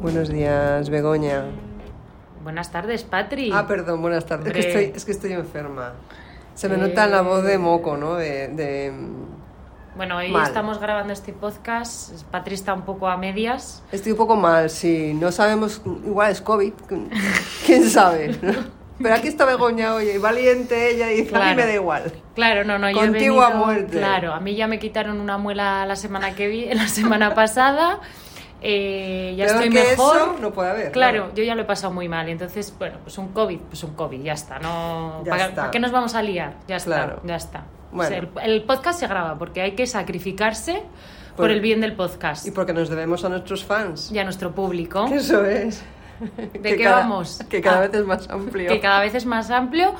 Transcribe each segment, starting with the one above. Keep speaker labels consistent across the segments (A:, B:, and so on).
A: Buenos días, Begoña.
B: Buenas tardes, Patri.
A: Ah, perdón, buenas tardes. Es que,
B: Hombre.
A: estoy, es que estoy enferma. Se me
B: Eh.
A: nota la voz de moco, ¿no? De, de-
B: bueno, hoy
A: mal.
B: estamos grabando este podcast. Patri está un poco a medias.
A: Estoy un poco mal, sí. No sabemos, igual es COVID. ¿Quién sabe? ¿no? Pero aquí está Begoña, oye, y valiente ella, y dice, a mí
B: Claro.
A: me da igual.
B: Claro, no, no, yo he
A: Contigo a
B: venido-
A: muerte.
B: Claro, a mí ya me quitaron una muela la semana que vi, la semana pasada. Eh, ya
A: Peor
B: estoy
A: que
B: mejor.
A: eso no puede haber,
B: Claro,
A: claro.
B: yo ya lo he pasado muy mal. Entonces, bueno, pues un COVID, pues un COVID, ya está. No,
A: Ya
B: ¿para,
A: está.
B: para qué nos vamos a liar? Ya está,
A: Claro.
B: ya está.
A: Bueno.
B: O sea, el, el podcast se graba porque hay que sacrificarse por,
A: Por-
B: el bien del podcast
A: Pues Y porque nos debemos a nuestros fans.
B: y a nuestro público.
A: Eso es.
B: ¿De
A: Que
B: qué
A: cada-
B: vamos?
A: Que cada
B: Ah.
A: vez es más amplio.
B: que cada vez es más amplio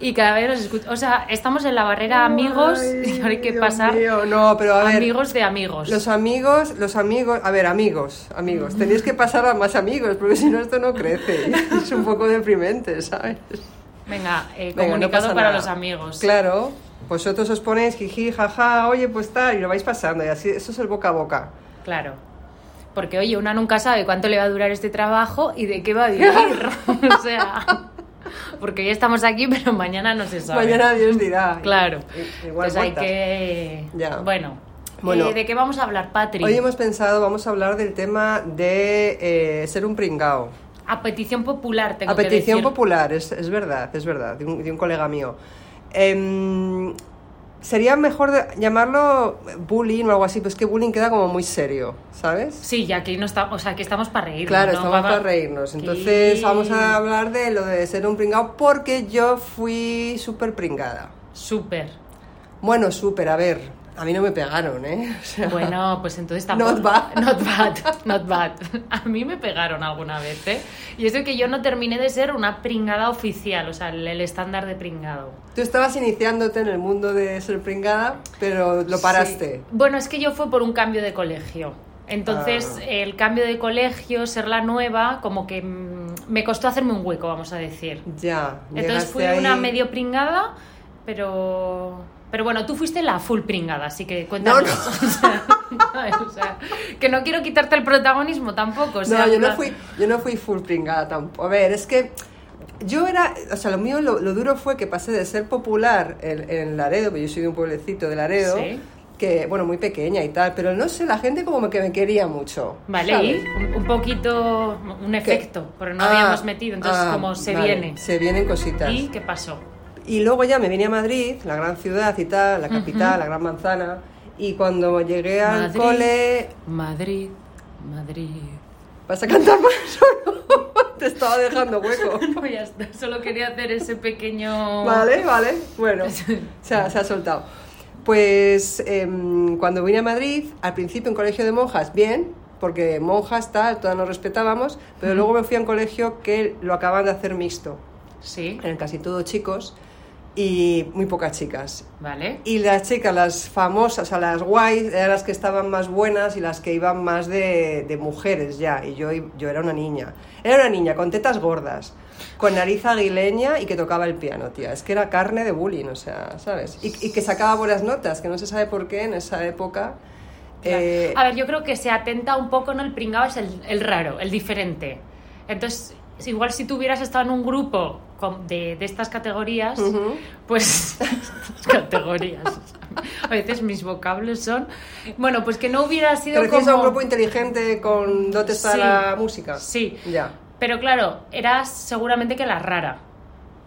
B: y cada vez nos escucha. O sea, estamos en la barrera amigos
A: Ay,
B: y ahora hay que
A: Dios
B: pasar
A: mío, No, pero a ver.
B: amigos de amigos.
A: Los amigos, los amigos, a ver, amigos, amigos, tenéis que pasar a más amigos, porque si no esto no crece. Es un poco deprimente, ¿sabes?
B: Venga, eh,
A: Venga, no
B: comunicado
A: pasa
B: para
A: nada.
B: los amigos.
A: Claro, vosotros os ponéis jiji, jaja, oye, pues tal, y lo vais pasando, y así, eso es el boca a boca.
B: Claro. Porque, oye, una nunca sabe cuánto le va a durar este trabajo y de qué va a vivir. o sea, porque hoy estamos aquí, pero mañana no se sabe.
A: Mañana Dios dirá.
B: Claro.
A: I- Igual
B: Entonces hay
A: vueltas.
B: que.
A: Ya.
B: Bueno.
A: Bueno.
B: eh, ¿De qué vamos a hablar, Patri?
A: Hoy hemos pensado, vamos a hablar del tema de eh, ser un pringao.
B: A petición popular, tengo
A: A petición
B: que decir.
A: popular, es, es verdad, es verdad, de un, de un colega mío. Em, sería mejor de- llamarlo bullying o algo así, pero es que bullying queda como muy serio, ¿sabes?
B: Sí, ya que no está, o sea, que estamos para reírnos.
A: Claro,
B: ¿no?
A: estamos
B: Va- va-
A: para reírnos. Entonces
B: Sí.
A: vamos a hablar de lo de ser un pringao porque yo fui súper pringada.
B: Súper.
A: Bueno, súper, a ver, a mí no me pegaron, ¿eh? O sea,
B: Bueno, pues entonces tampoco.
A: Not bad.
B: Not bad, not bad. A mí me pegaron alguna vez, ¿eh? Y eso que yo no terminé de ser una pringada oficial, o sea, el, el estándar de pringado.
A: Tú estabas iniciándote en el mundo de ser pringada, pero lo paraste.
B: Bueno, es que yo fue por un cambio de colegio. Entonces,
A: Ah.
B: el cambio de colegio, ser la nueva, como que mm, me costó hacerme un hueco, vamos a decir.
A: Ya.
B: Entonces
A: llegaste
B: fui una
A: ahí.
B: medio pringada, pero. Pero bueno, tú fuiste la full pringada, así que
A: No,
B: cuéntanos.
A: no.
B: O sea, o sea, que no quiero quitarte el protagonismo tampoco. o sea,
A: no, yo no,
B: una-
A: fui, yo no fui full pringada tampoco. A ver, es que yo era, o sea, lo mío, lo, lo duro fue que pasé de ser popular en, en Laredo, porque yo soy de un pueblecito de Laredo,
B: Sí.
A: que, bueno, muy pequeña y tal, pero no sé, la gente como que me quería mucho.
B: Vale,
A: ¿sabes?
B: y un, un poquito. Un
A: Que-
B: efecto, pero no
A: Ah,
B: habíamos metido, entonces
A: ah,
B: como se
A: vale,
B: viene.
A: Se vienen cositas.
B: ¿Y qué pasó?
A: Y luego ya me vine a Madrid, la gran ciudad y tal, la capital, la gran manzana, y cuando llegué al
B: Madrid.
A: cole...
B: Madrid, Madrid.
A: ¿Vas a cantar más o no? Te estaba dejando hueco.
B: No, ya está, solo quería hacer ese pequeño.
A: Vale, vale. Bueno, se ha, se ha soltado. Pues em, cuando vine a Madrid, al principio en colegio de monjas, bien, porque monjas, tal, todas nos respetábamos, pero luego me fui a un colegio que lo acaban de hacer mixto,
B: Sí,
A: eran casi todos chicos y muy pocas chicas.
B: vale.
A: Y las chicas, las famosas, o sea, las guays, eran las que estaban más buenas y las que iban más de, de mujeres ya. Y yo, yo era una niña. Era una niña con tetas gordas, con nariz aguileña y que tocaba el piano, tía. Es que era carne de bullying, o sea, ¿sabes? Y, y que sacaba buenas notas, que no se sabe por qué en esa época. eh,
B: A ver, yo creo que se atenta un poco, ¿no? El pringao es el, el raro, el diferente. Entonces, si- igual si tú hubieras estado en un grupo con- de, de estas categorías,
A: Ujú.
B: pues... categorías. A veces mis vocablos son... Bueno, pues que no hubiera
A: ¿Te
B: sido
A: refieres
B: como...
A: a un grupo inteligente con dotes
B: Sí.
A: para la música?
B: Sí.
A: Ya.
B: Pero claro, eras seguramente que la rara.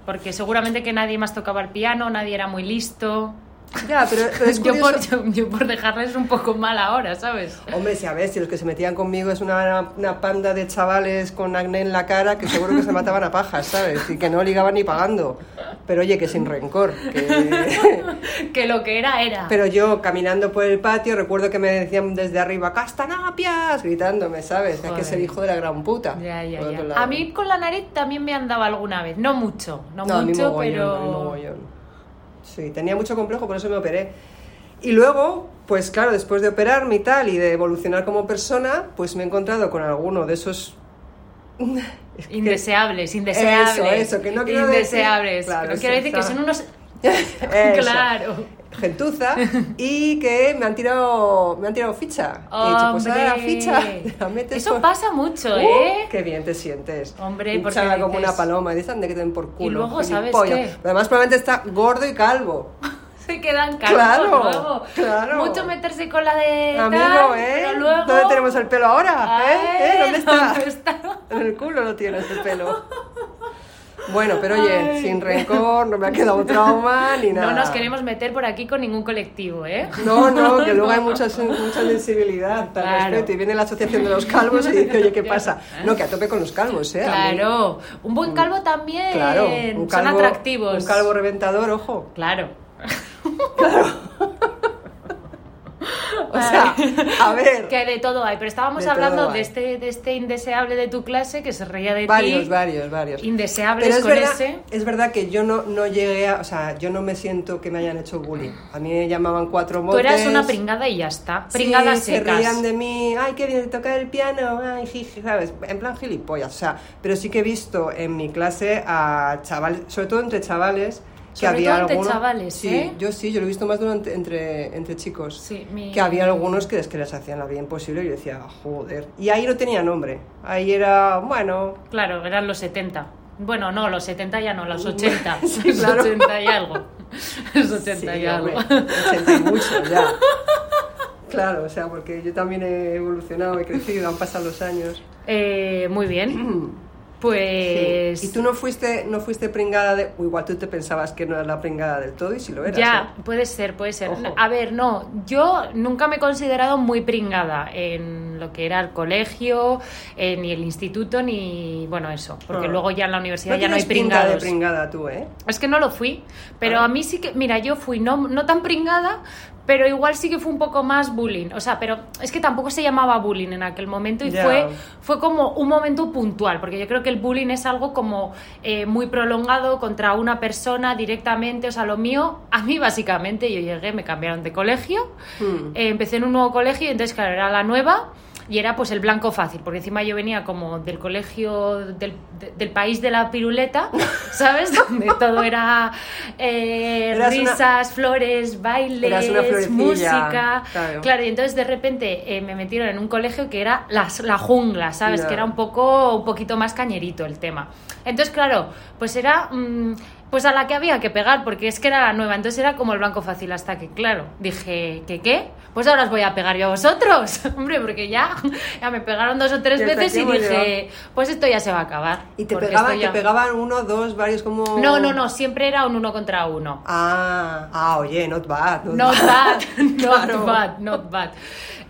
B: Porque seguramente que nadie más tocaba el piano, nadie era muy listo.
A: Ya, pero, pero es
B: yo,
A: curioso.
B: por, yo, yo por dejarles un poco mal ahora, ¿sabes?
A: Hombre, si a ver, si los que se metían conmigo es una, una panda de chavales con acné en la cara que seguro que se mataban a pajas, ¿sabes? Y que no ligaban ni pagando. Pero oye, que sin rencor. que-
B: Que lo que era era.
A: Pero yo caminando por el patio recuerdo que me decían desde arriba, ¡Castanapias! gritándome, ¿sabes? Es que
B: Joder.
A: es el hijo de la gran puta.
B: Ya, ya,
A: Por otro
B: ya.
A: lado.
B: A mí con la nariz también me han dado alguna vez, no mucho, no,
A: a mí
B: mucho,
A: mogollón,
B: pero...
A: a mí mogollón. Sí, tenía mucho complejo, por eso me operé. Y luego, pues claro, después de operarme y tal, y de evolucionar como persona, pues me he encontrado con alguno de esos...
B: Indeseables, indeseables.
A: Eso, eso, que no quiero decir-
B: Indeseables.
A: Claro,
B: Pero
A: eso,
B: quiero decir que
A: ¿sabes?
B: son unos
A: Eso.
B: Claro.
A: Gentuza y que me han tirado me han tirado ficha. Y he dicho, pues ahora la
B: Hombre.
A: ficha la metes
B: Eso
A: por-
B: pasa mucho,
A: ¡Uh!
B: ¿eh?
A: Qué bien te sientes.
B: Hombre,
A: Hinchada
B: porque
A: como
B: dices-
A: una paloma. Y dices, "Ande, que te den por culo.
B: luego, ¿sabes
A: gilipollas".
B: qué?
A: Además, probablemente está gordo y calvo.
B: Se quedan calvos
A: Claro,
B: luego.
A: claro.
B: Mucho meterse con la de tal,
A: Amigo, ¿eh?
B: pero luego...
A: ¿Dónde tenemos el pelo ahora? ¿Eh?
B: Ay,
A: ¿Eh? ¿Dónde está?
B: ¿dónde está?
A: En el culo lo tienes el pelo. Bueno, pero oye,
B: Ay.
A: sin rencor, no me ha quedado un trauma ni nada.
B: No nos queremos meter por aquí con ningún colectivo, ¿eh?
A: No, no, que luego hay mucha, mucha sensibilidad al
B: Claro.
A: respecto. Y viene la asociación de los calvos y dice, oye, ¿qué pasa? No, que a tope con los calvos, ¿eh? A mí-
B: Claro. Un buen calvo también.
A: Mm. claro.
B: Son atractivos.
A: Un calvo reventador, ojo.
B: Claro.
A: O sea, a ver.
B: Que de todo hay. Pero estábamos
A: De
B: hablando
A: todo
B: de
A: hay.
B: este, de este indeseable de tu clase que se reía de
A: Varios,
B: ti.
A: varios, varios.
B: Indeseables
A: Pero es
B: con
A: verdad,
B: ese.
A: es verdad que yo no, no llegué a. O sea, yo no me siento que me hayan hecho bullying. A mí me llamaban cuatro
B: Tú
A: motes.
B: eras una pringada y ya está. Pringadas
A: sí,
B: secas.
A: se reían de mí, ay, qué bien tocar el piano, ay, jiji, ¿sabes? En plan gilipollas, o sea, pero sí que he visto en mi clase a chavales, sobre todo entre chavales, que
B: Sobre
A: había
B: todo entre
A: algunos-
B: chavales,
A: sí,
B: ¿eh?
A: yo sí, yo lo he visto más durante, entre, entre chicos,
B: Sí, mi-
A: que había algunos que, es que les hacían la vida imposible y yo decía, joder, y ahí no tenía nombre, ahí era, bueno,
B: Claro, eran los 70. Bueno, no, los 70 ya no, los 80.
A: Sí,
B: los
A: claro.
B: 80 y algo. Los 80
A: sí,
B: y algo.
A: hombre, 80 y mucho ya. Claro, o sea, porque yo también he evolucionado, he crecido, han pasado los años.
B: Eh, muy bien. Pues.
A: Sí. Y tú no fuiste, no fuiste pringada de. o igual tú te pensabas que no eras la pringada del todo y si lo eras.
B: Ya,
A: ¿eh?
B: puede ser, puede ser.
A: Ojo.
B: A ver, no, yo nunca me he considerado muy pringada en lo que era el colegio, eh, ni el instituto, ni bueno, eso, porque
A: Ah.
B: luego ya en la universidad ya no hay
A: tienes pinta de
B: pringados.
A: pringada tú, ¿eh?
B: Es que no lo fui, pero
A: Ah.
B: a mí sí que, mira, yo fui no, no tan pringada, pero igual sí que fue un poco más bullying. O sea, pero es que tampoco se llamaba bullying en aquel momento y
A: Ya.
B: fue, fue como un momento puntual, porque yo creo que el bullying es algo como eh, muy prolongado contra una persona directamente. O sea, lo mío, a mí básicamente, yo llegué, me cambiaron de colegio,
A: Hmm.
B: eh, empecé en un nuevo colegio y entonces, claro, era la nueva y era pues el blanco fácil, porque encima yo venía como del colegio del, de- del país de la piruleta, ¿sabes? Donde todo era eh,
A: Eras una-
B: risas, flores,
A: Eras una
B: bailes,
A: florecilla,
B: música.
A: claro.
B: Claro, y entonces de repente eh, me metieron en un colegio que era las- la jungla, ¿sabes?
A: Ya.
B: Que era un poco un poquito más cañerito el tema. Entonces, claro, pues era mm, pues a la que había que pegar porque es que era la nueva, entonces era como el blanco fácil hasta que claro, dije, ¿qué qué? Pues ahora os voy a pegar yo a vosotros. Hombre, porque ya, ya me pegaron dos o tres
A: Ya está,
B: veces
A: ¿qué
B: y
A: hemos
B: dije, pues esto ya se va a acabar.
A: Y te
B: porque
A: pegaban,
B: esto ya-
A: te pegaban uno, dos, varios como.
B: No, no, no, siempre era un uno contra uno.
A: Ah, ah, oye, not bad. Not
B: Not bad, not
A: Claro.
B: bad, not bad.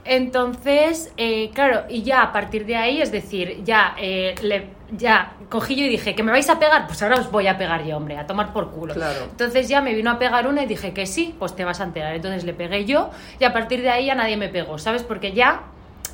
B: Entonces, eh, claro, y ya a partir de ahí, es decir, ya, eh, le- ya cogí yo y dije, ¿que me vais a pegar? Pues ahora os voy a pegar yo, hombre, a tomar por culo.
A: Claro.
B: Entonces ya me vino a pegar una y dije que sí, pues te vas a enterar. Entonces le pegué yo y a partir de ahí ya nadie me pegó, ¿sabes? Porque ya,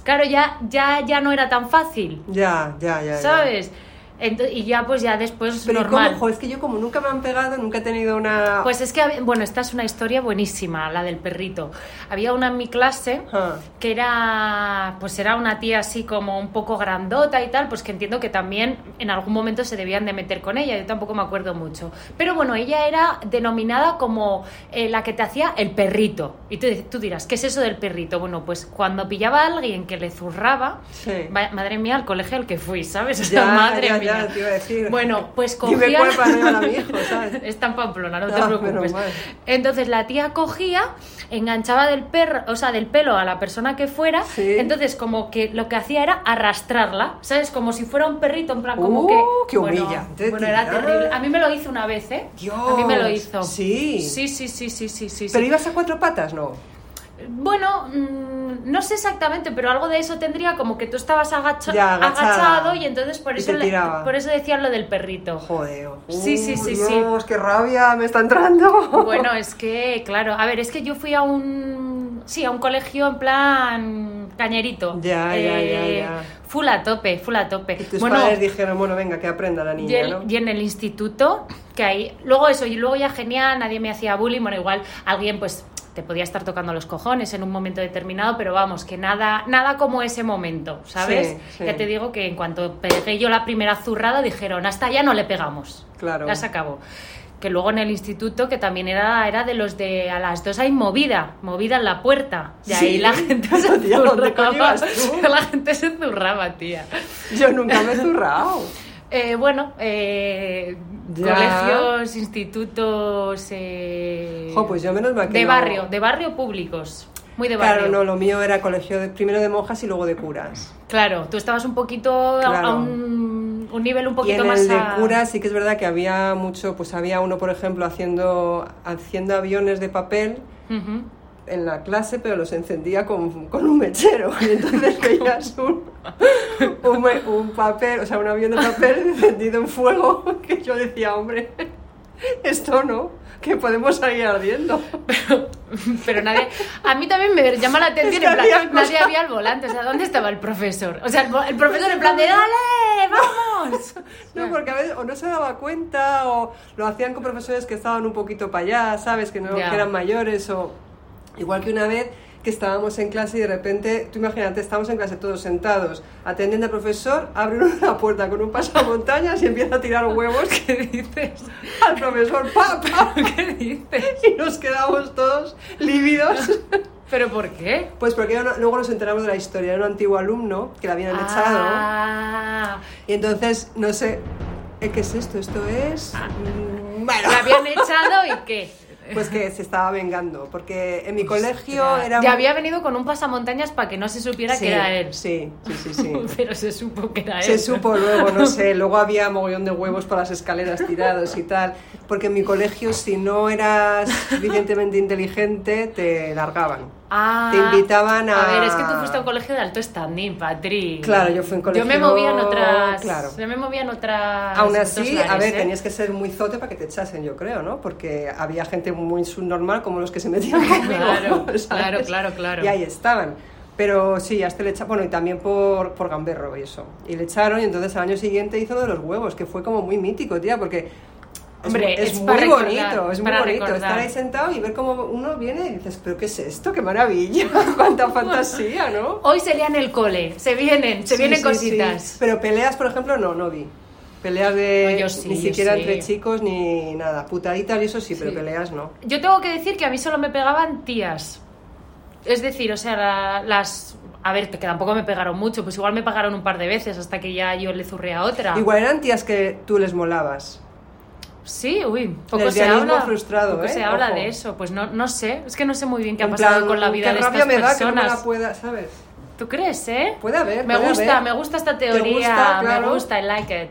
B: claro, ya, ya, ya no era tan fácil,
A: Ya, ya, ya. ya.
B: ¿sabes? Ento- y ya pues ya después
A: Pero ¿y
B: normal.
A: cómo? Jo, es que yo como nunca me han pegado, nunca he tenido una.
B: Pues es que, hab- bueno, esta es una historia buenísima, la del perrito. Había una en mi clase
A: Ah.
B: que era, pues era una tía así como un poco grandota y tal, pues que entiendo que también en algún momento se debían de meter con ella, yo tampoco me acuerdo mucho. Pero bueno, ella era denominada como eh, la que te hacía el perrito. Y tú, tú dirás, ¿qué es eso del perrito? Bueno, pues cuando pillaba a alguien que le zurraba,
A: Sí.
B: va- madre mía, al colegio al que fui, ¿sabes? O sea,
A: Ya,
B: madre
A: ya,
B: mía.
A: ya, te iba a decir.
B: Bueno, pues
A: Dime
B: cogía...
A: cuál para no llevar a mi hijo, ¿sabes?
B: Está en Pamplona, no te
A: Ah, menos
B: preocupes.
A: mal.
B: Entonces la tía cogía, enganchaba del perro, o sea, del pelo a la persona que fuera,
A: Sí.
B: entonces como que lo que hacía era arrastrarla, ¿sabes? Como si fuera un perrito, en plan como
A: Uh,
B: que
A: qué
B: bueno,
A: humillante,
B: bueno, era
A: tía.
B: terrible. A mí me lo hizo una vez, ¿eh?
A: Dios.
B: A mí me lo hizo.
A: Sí.
B: Sí, sí, sí, sí, sí, sí.
A: Pero
B: sí.
A: ibas a cuatro patas, ¿no?
B: Bueno, mm, no sé exactamente, pero algo de eso tendría como que tú estabas agacha-
A: Ya, agachada.
B: agachado y entonces por
A: Y
B: eso
A: te
B: le-
A: tiraba.
B: por eso decían lo del perrito.
A: Joder.
B: Sí, sí,
A: Uh,
B: sí, sí.
A: Dios, qué rabia me está entrando.
B: Bueno, es que, claro, a ver, es que yo fui a un, sí, a un colegio en plan cañerito. Eh,
A: Ya, ya, ya, ya.
B: Full a tope, full a tope.
A: Y tus
B: bueno,
A: padres dijeron, bueno, venga, que aprenda la
B: y,
A: niña,
B: el-
A: ¿no?
B: y en el instituto, que ahí, luego eso, y luego ya genial, nadie me hacía bullying, bueno, igual alguien pues te podía estar tocando los cojones en un momento determinado, pero vamos, que nada, nada como ese momento, ¿sabes?
A: Sí, sí.
B: Ya te digo que en cuanto pegué yo la primera zurrada, dijeron, hasta ya no le pegamos.
A: Claro.
B: Ya se acabó. que luego en el instituto, que también era, era de los de a las dos hay movida, movida en la puerta. Y ahí
A: Sí.
B: la gente se
A: Tía, ¿dónde coño
B: zurraba.
A: ibas tú?
B: La gente se zurraba, tía.
A: Yo nunca me he zurrado.
B: Eh, bueno, eh,
A: Ya.
B: colegios, institutos. eh,
A: Jo, pues yo menos mal que
B: De
A: no-
B: barrio, de barrio públicos. Muy de barrio.
A: Claro, no, lo mío era colegio de- primero de monjas y luego de curas.
B: Claro, tú estabas un poquito a- a
A: Claro.
B: un, un nivel
A: Y
B: un
A: en
B: poquito
A: el
B: más.
A: de
B: a-
A: curas sí que es verdad que había mucho, pues había uno, por ejemplo, haciendo, haciendo aviones de papel
B: Ujú.
A: en la clase, pero los encendía con, con un mechero. Y entonces veías un, un, me- un papel, o sea, un avión de papel encendido en fuego, que yo decía, hombre, esto no, que podemos salir ardiendo.
B: Pero nadie. A mí también me llama la atención.
A: Es que
B: en plan,
A: había
B: nadie
A: cosas.
B: había al volante. O sea, ¿dónde estaba el profesor? O sea, el, el profesor en plan de ¡Dale! ¡Vamos!
A: No, porque a veces o no se daba cuenta o lo hacían con profesores que estaban un poquito para allá, ¿sabes? Que no
B: Ya.
A: que eran mayores o... Igual que una vez que estábamos en clase y de repente, tú imagínate, estamos en clase todos sentados, atendiendo al profesor, abre uno la puerta con un pasamontañas y empieza a tirar huevos
B: ¿Qué dices?
A: al profesor, ¡pa, pa!
B: ¿Qué dices?
A: Y nos quedamos todos lívidos.
B: ¿Pero por qué?
A: Pues porque era una- luego nos enteramos de la historia, era un antiguo alumno que la habían echado.
B: Ah,
A: Y entonces, no sé, ¿eh, ¿qué es esto? Esto es... mm, Bueno.
B: Ah. ¿La habían echado y qué?
A: Pues que se estaba vengando, porque en mi colegio
B: Ya,
A: era...
B: ya
A: un-
B: había venido con un pasamontañas para que no se supiera
A: sí,
B: que era él.
A: Sí, sí, sí, sí.
B: Pero se supo que era él.
A: Se supo luego, no sé, luego había mogollón de huevos para las escaleras tirados y tal, porque en mi colegio si no eras suficientemente inteligente te largaban.
B: Ah,
A: Te invitaban a-
B: A ver, es que tú fuiste a un colegio de alto standing, Patri.
A: Claro, yo fui a un colegio-
B: Yo me movía en otras.
A: claro.
B: Yo me movía en otras.
A: Aún
B: otros
A: así, a
B: lares,
A: ver,
B: ¿eh?
A: tenías que ser muy zote para que te echasen, yo creo, ¿no? Porque había gente muy subnormal como los que se metían conmigo.
B: Claro,
A: ¿sabes?
B: claro, claro, claro.
A: Y ahí estaban. Pero sí, hasta le echaron, bueno, y también por, por gamberro y eso. Y le echaron y entonces al año siguiente hizo lo de los huevos, que fue como muy mítico, tía, porque... es
B: Hombre,
A: muy- es,
B: es
A: muy
B: para
A: bonito,
B: recordar,
A: es muy
B: para
A: bonito
B: recordar.
A: estar ahí sentado y ver cómo uno viene y dices, pero ¿qué es esto? ¡Qué maravilla! ¡Cuánta fantasía, ¿no?
B: Hoy se lean el cole, se vienen, se
A: Sí,
B: vienen
A: sí,
B: cositas.
A: sí. Pero peleas, por ejemplo, no, no vi. Peleas de
B: No, yo sí,
A: ni
B: yo
A: siquiera
B: sí.
A: entre chicos ni nada. Putaditas y eso sí, pero
B: Sí.
A: peleas no.
B: Yo tengo que decir que a mí solo me pegaban tías. Es decir, o sea, la- las. A ver, que tampoco me pegaron mucho, pues igual me pagaron un par de veces hasta que ya yo le zurré a otra.
A: Igual eran tías que tú les molabas.
B: Sí, uy, poco se
A: Lesbianismo
B: habla.
A: frustrado,
B: poco
A: ¿eh?
B: se habla
A: Ojo.
B: de eso, pues no, no sé, es que no sé muy bien qué ha
A: En
B: pasado
A: plan,
B: con la vida
A: qué
B: de
A: rabia
B: estas
A: me da que no me
B: personas.
A: la pueda, ¿sabes?
B: ¿Tú crees, eh?
A: Puede haber,
B: Me
A: puede
B: gusta,
A: haber.
B: me gusta esta
A: ¿Te gusta?
B: teoría, me
A: Claro.
B: gusta, I like it.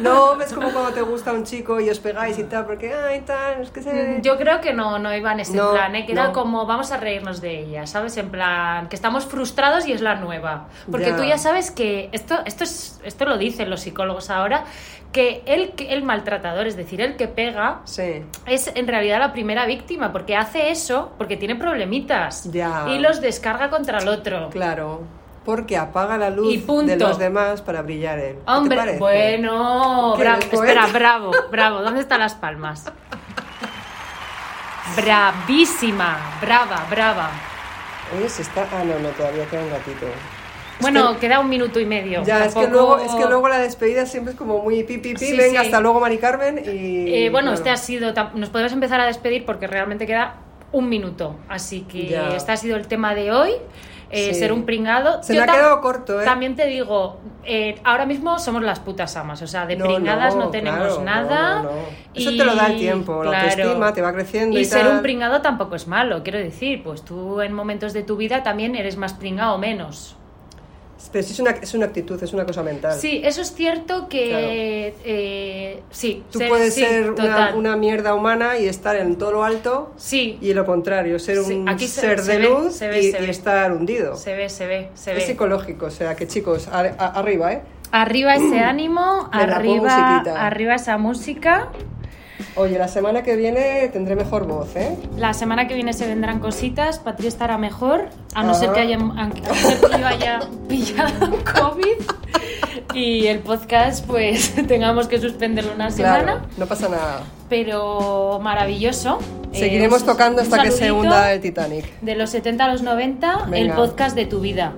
A: No, es como cuando te gusta un chico y os pegáis y tal, porque, ay, tal, es que se...
B: Mm, Yo creo que no, no iba en ese
A: Mm, No,
B: plan, ¿eh? que era
A: no.
B: como vamos a reírnos de ella, ¿sabes? En plan, que estamos frustrados y es la nueva. Porque
A: Ya.
B: tú ya sabes que, esto, esto, es, esto lo dicen los psicólogos ahora, que el, que- el maltratador, es decir, el que pega,
A: Sí.
B: es en realidad la primera víctima, porque hace eso porque tiene problemitas
A: Ya.
B: y los descarga contra el otro.
A: Claro. Porque apaga la luz
B: Y punto.
A: de los demás para brillar él. ¿Qué te
B: Hombre,
A: parece?
B: bueno,
A: Que
B: bra-
A: eres
B: espera,
A: poeta.
B: bravo, bravo, ¿dónde están las palmas? Bravísima, brava, brava.
A: Oye, se está... Ah, no, no, todavía queda un ratito.
B: Bueno, queda un minuto y medio.
A: Ya, es que,
B: Tampoco-
A: luego, es que luego la despedida siempre es como muy pi, pi, pi,
B: Sí,
A: venga,
B: sí.
A: hasta luego, Mari Carmen. Y,
B: Eh, bueno,
A: claro.
B: este ha sido. tam- Nos podemos empezar a despedir porque realmente queda un minuto. Así que
A: Ya.
B: este ha sido el tema de hoy. eh,
A: Sí.
B: Ser un pringado.
A: Se
B: Yo
A: me ha
B: tam-
A: quedado corto, ¿eh?
B: También te digo, eh, ahora mismo somos las putas amas. O sea, de
A: No,
B: pringadas no,
A: no,
B: tenemos
A: claro,
B: nada.
A: no, no, no. Eso te lo da el tiempo, la autoestima te va creciendo
B: Y,
A: y
B: ser
A: tal.
B: un pringado tampoco es malo. Quiero decir, pues tú en momentos de tu vida también eres más pringado o menos.
A: Pero sí es una, es una actitud, es una cosa mental.
B: Sí, eso es cierto que eh, sí.
A: Tú puedes
B: sí,
A: ser una,
B: total.
A: una mierda humana y estar en todo lo alto
B: Sí,
A: y lo contrario, ser
B: Sí,
A: un
B: aquí se-
A: ser
B: se
A: de
B: ve,
A: luz
B: se ve,
A: y,
B: se
A: y
B: ve.
A: estar hundido.
B: se ve, se ve, se
A: Es
B: ve.
A: psicológico, o sea que chicos, a- a- arriba, ¿eh?
B: Arriba ese ánimo,
A: Me la pongo
B: arriba,
A: musiquita.
B: arriba esa música.
A: Oye, la semana que viene tendré mejor voz, ¿eh?
B: La semana que viene se vendrán cositas, Patri estará mejor, a no ser
A: Ajá.
B: que, haya, a no ser que yo haya pillado COVID y el podcast pues tengamos que suspenderlo una
A: Claro,
B: semana,
A: no pasa nada.
B: pero maravilloso. Eh,
A: Seguiremos
B: un-
A: tocando
B: un
A: hasta que se
B: saludito.
A: hunda el Titanic.
B: De los 70 a los 90, el
A: Venga.
B: podcast de tu vida.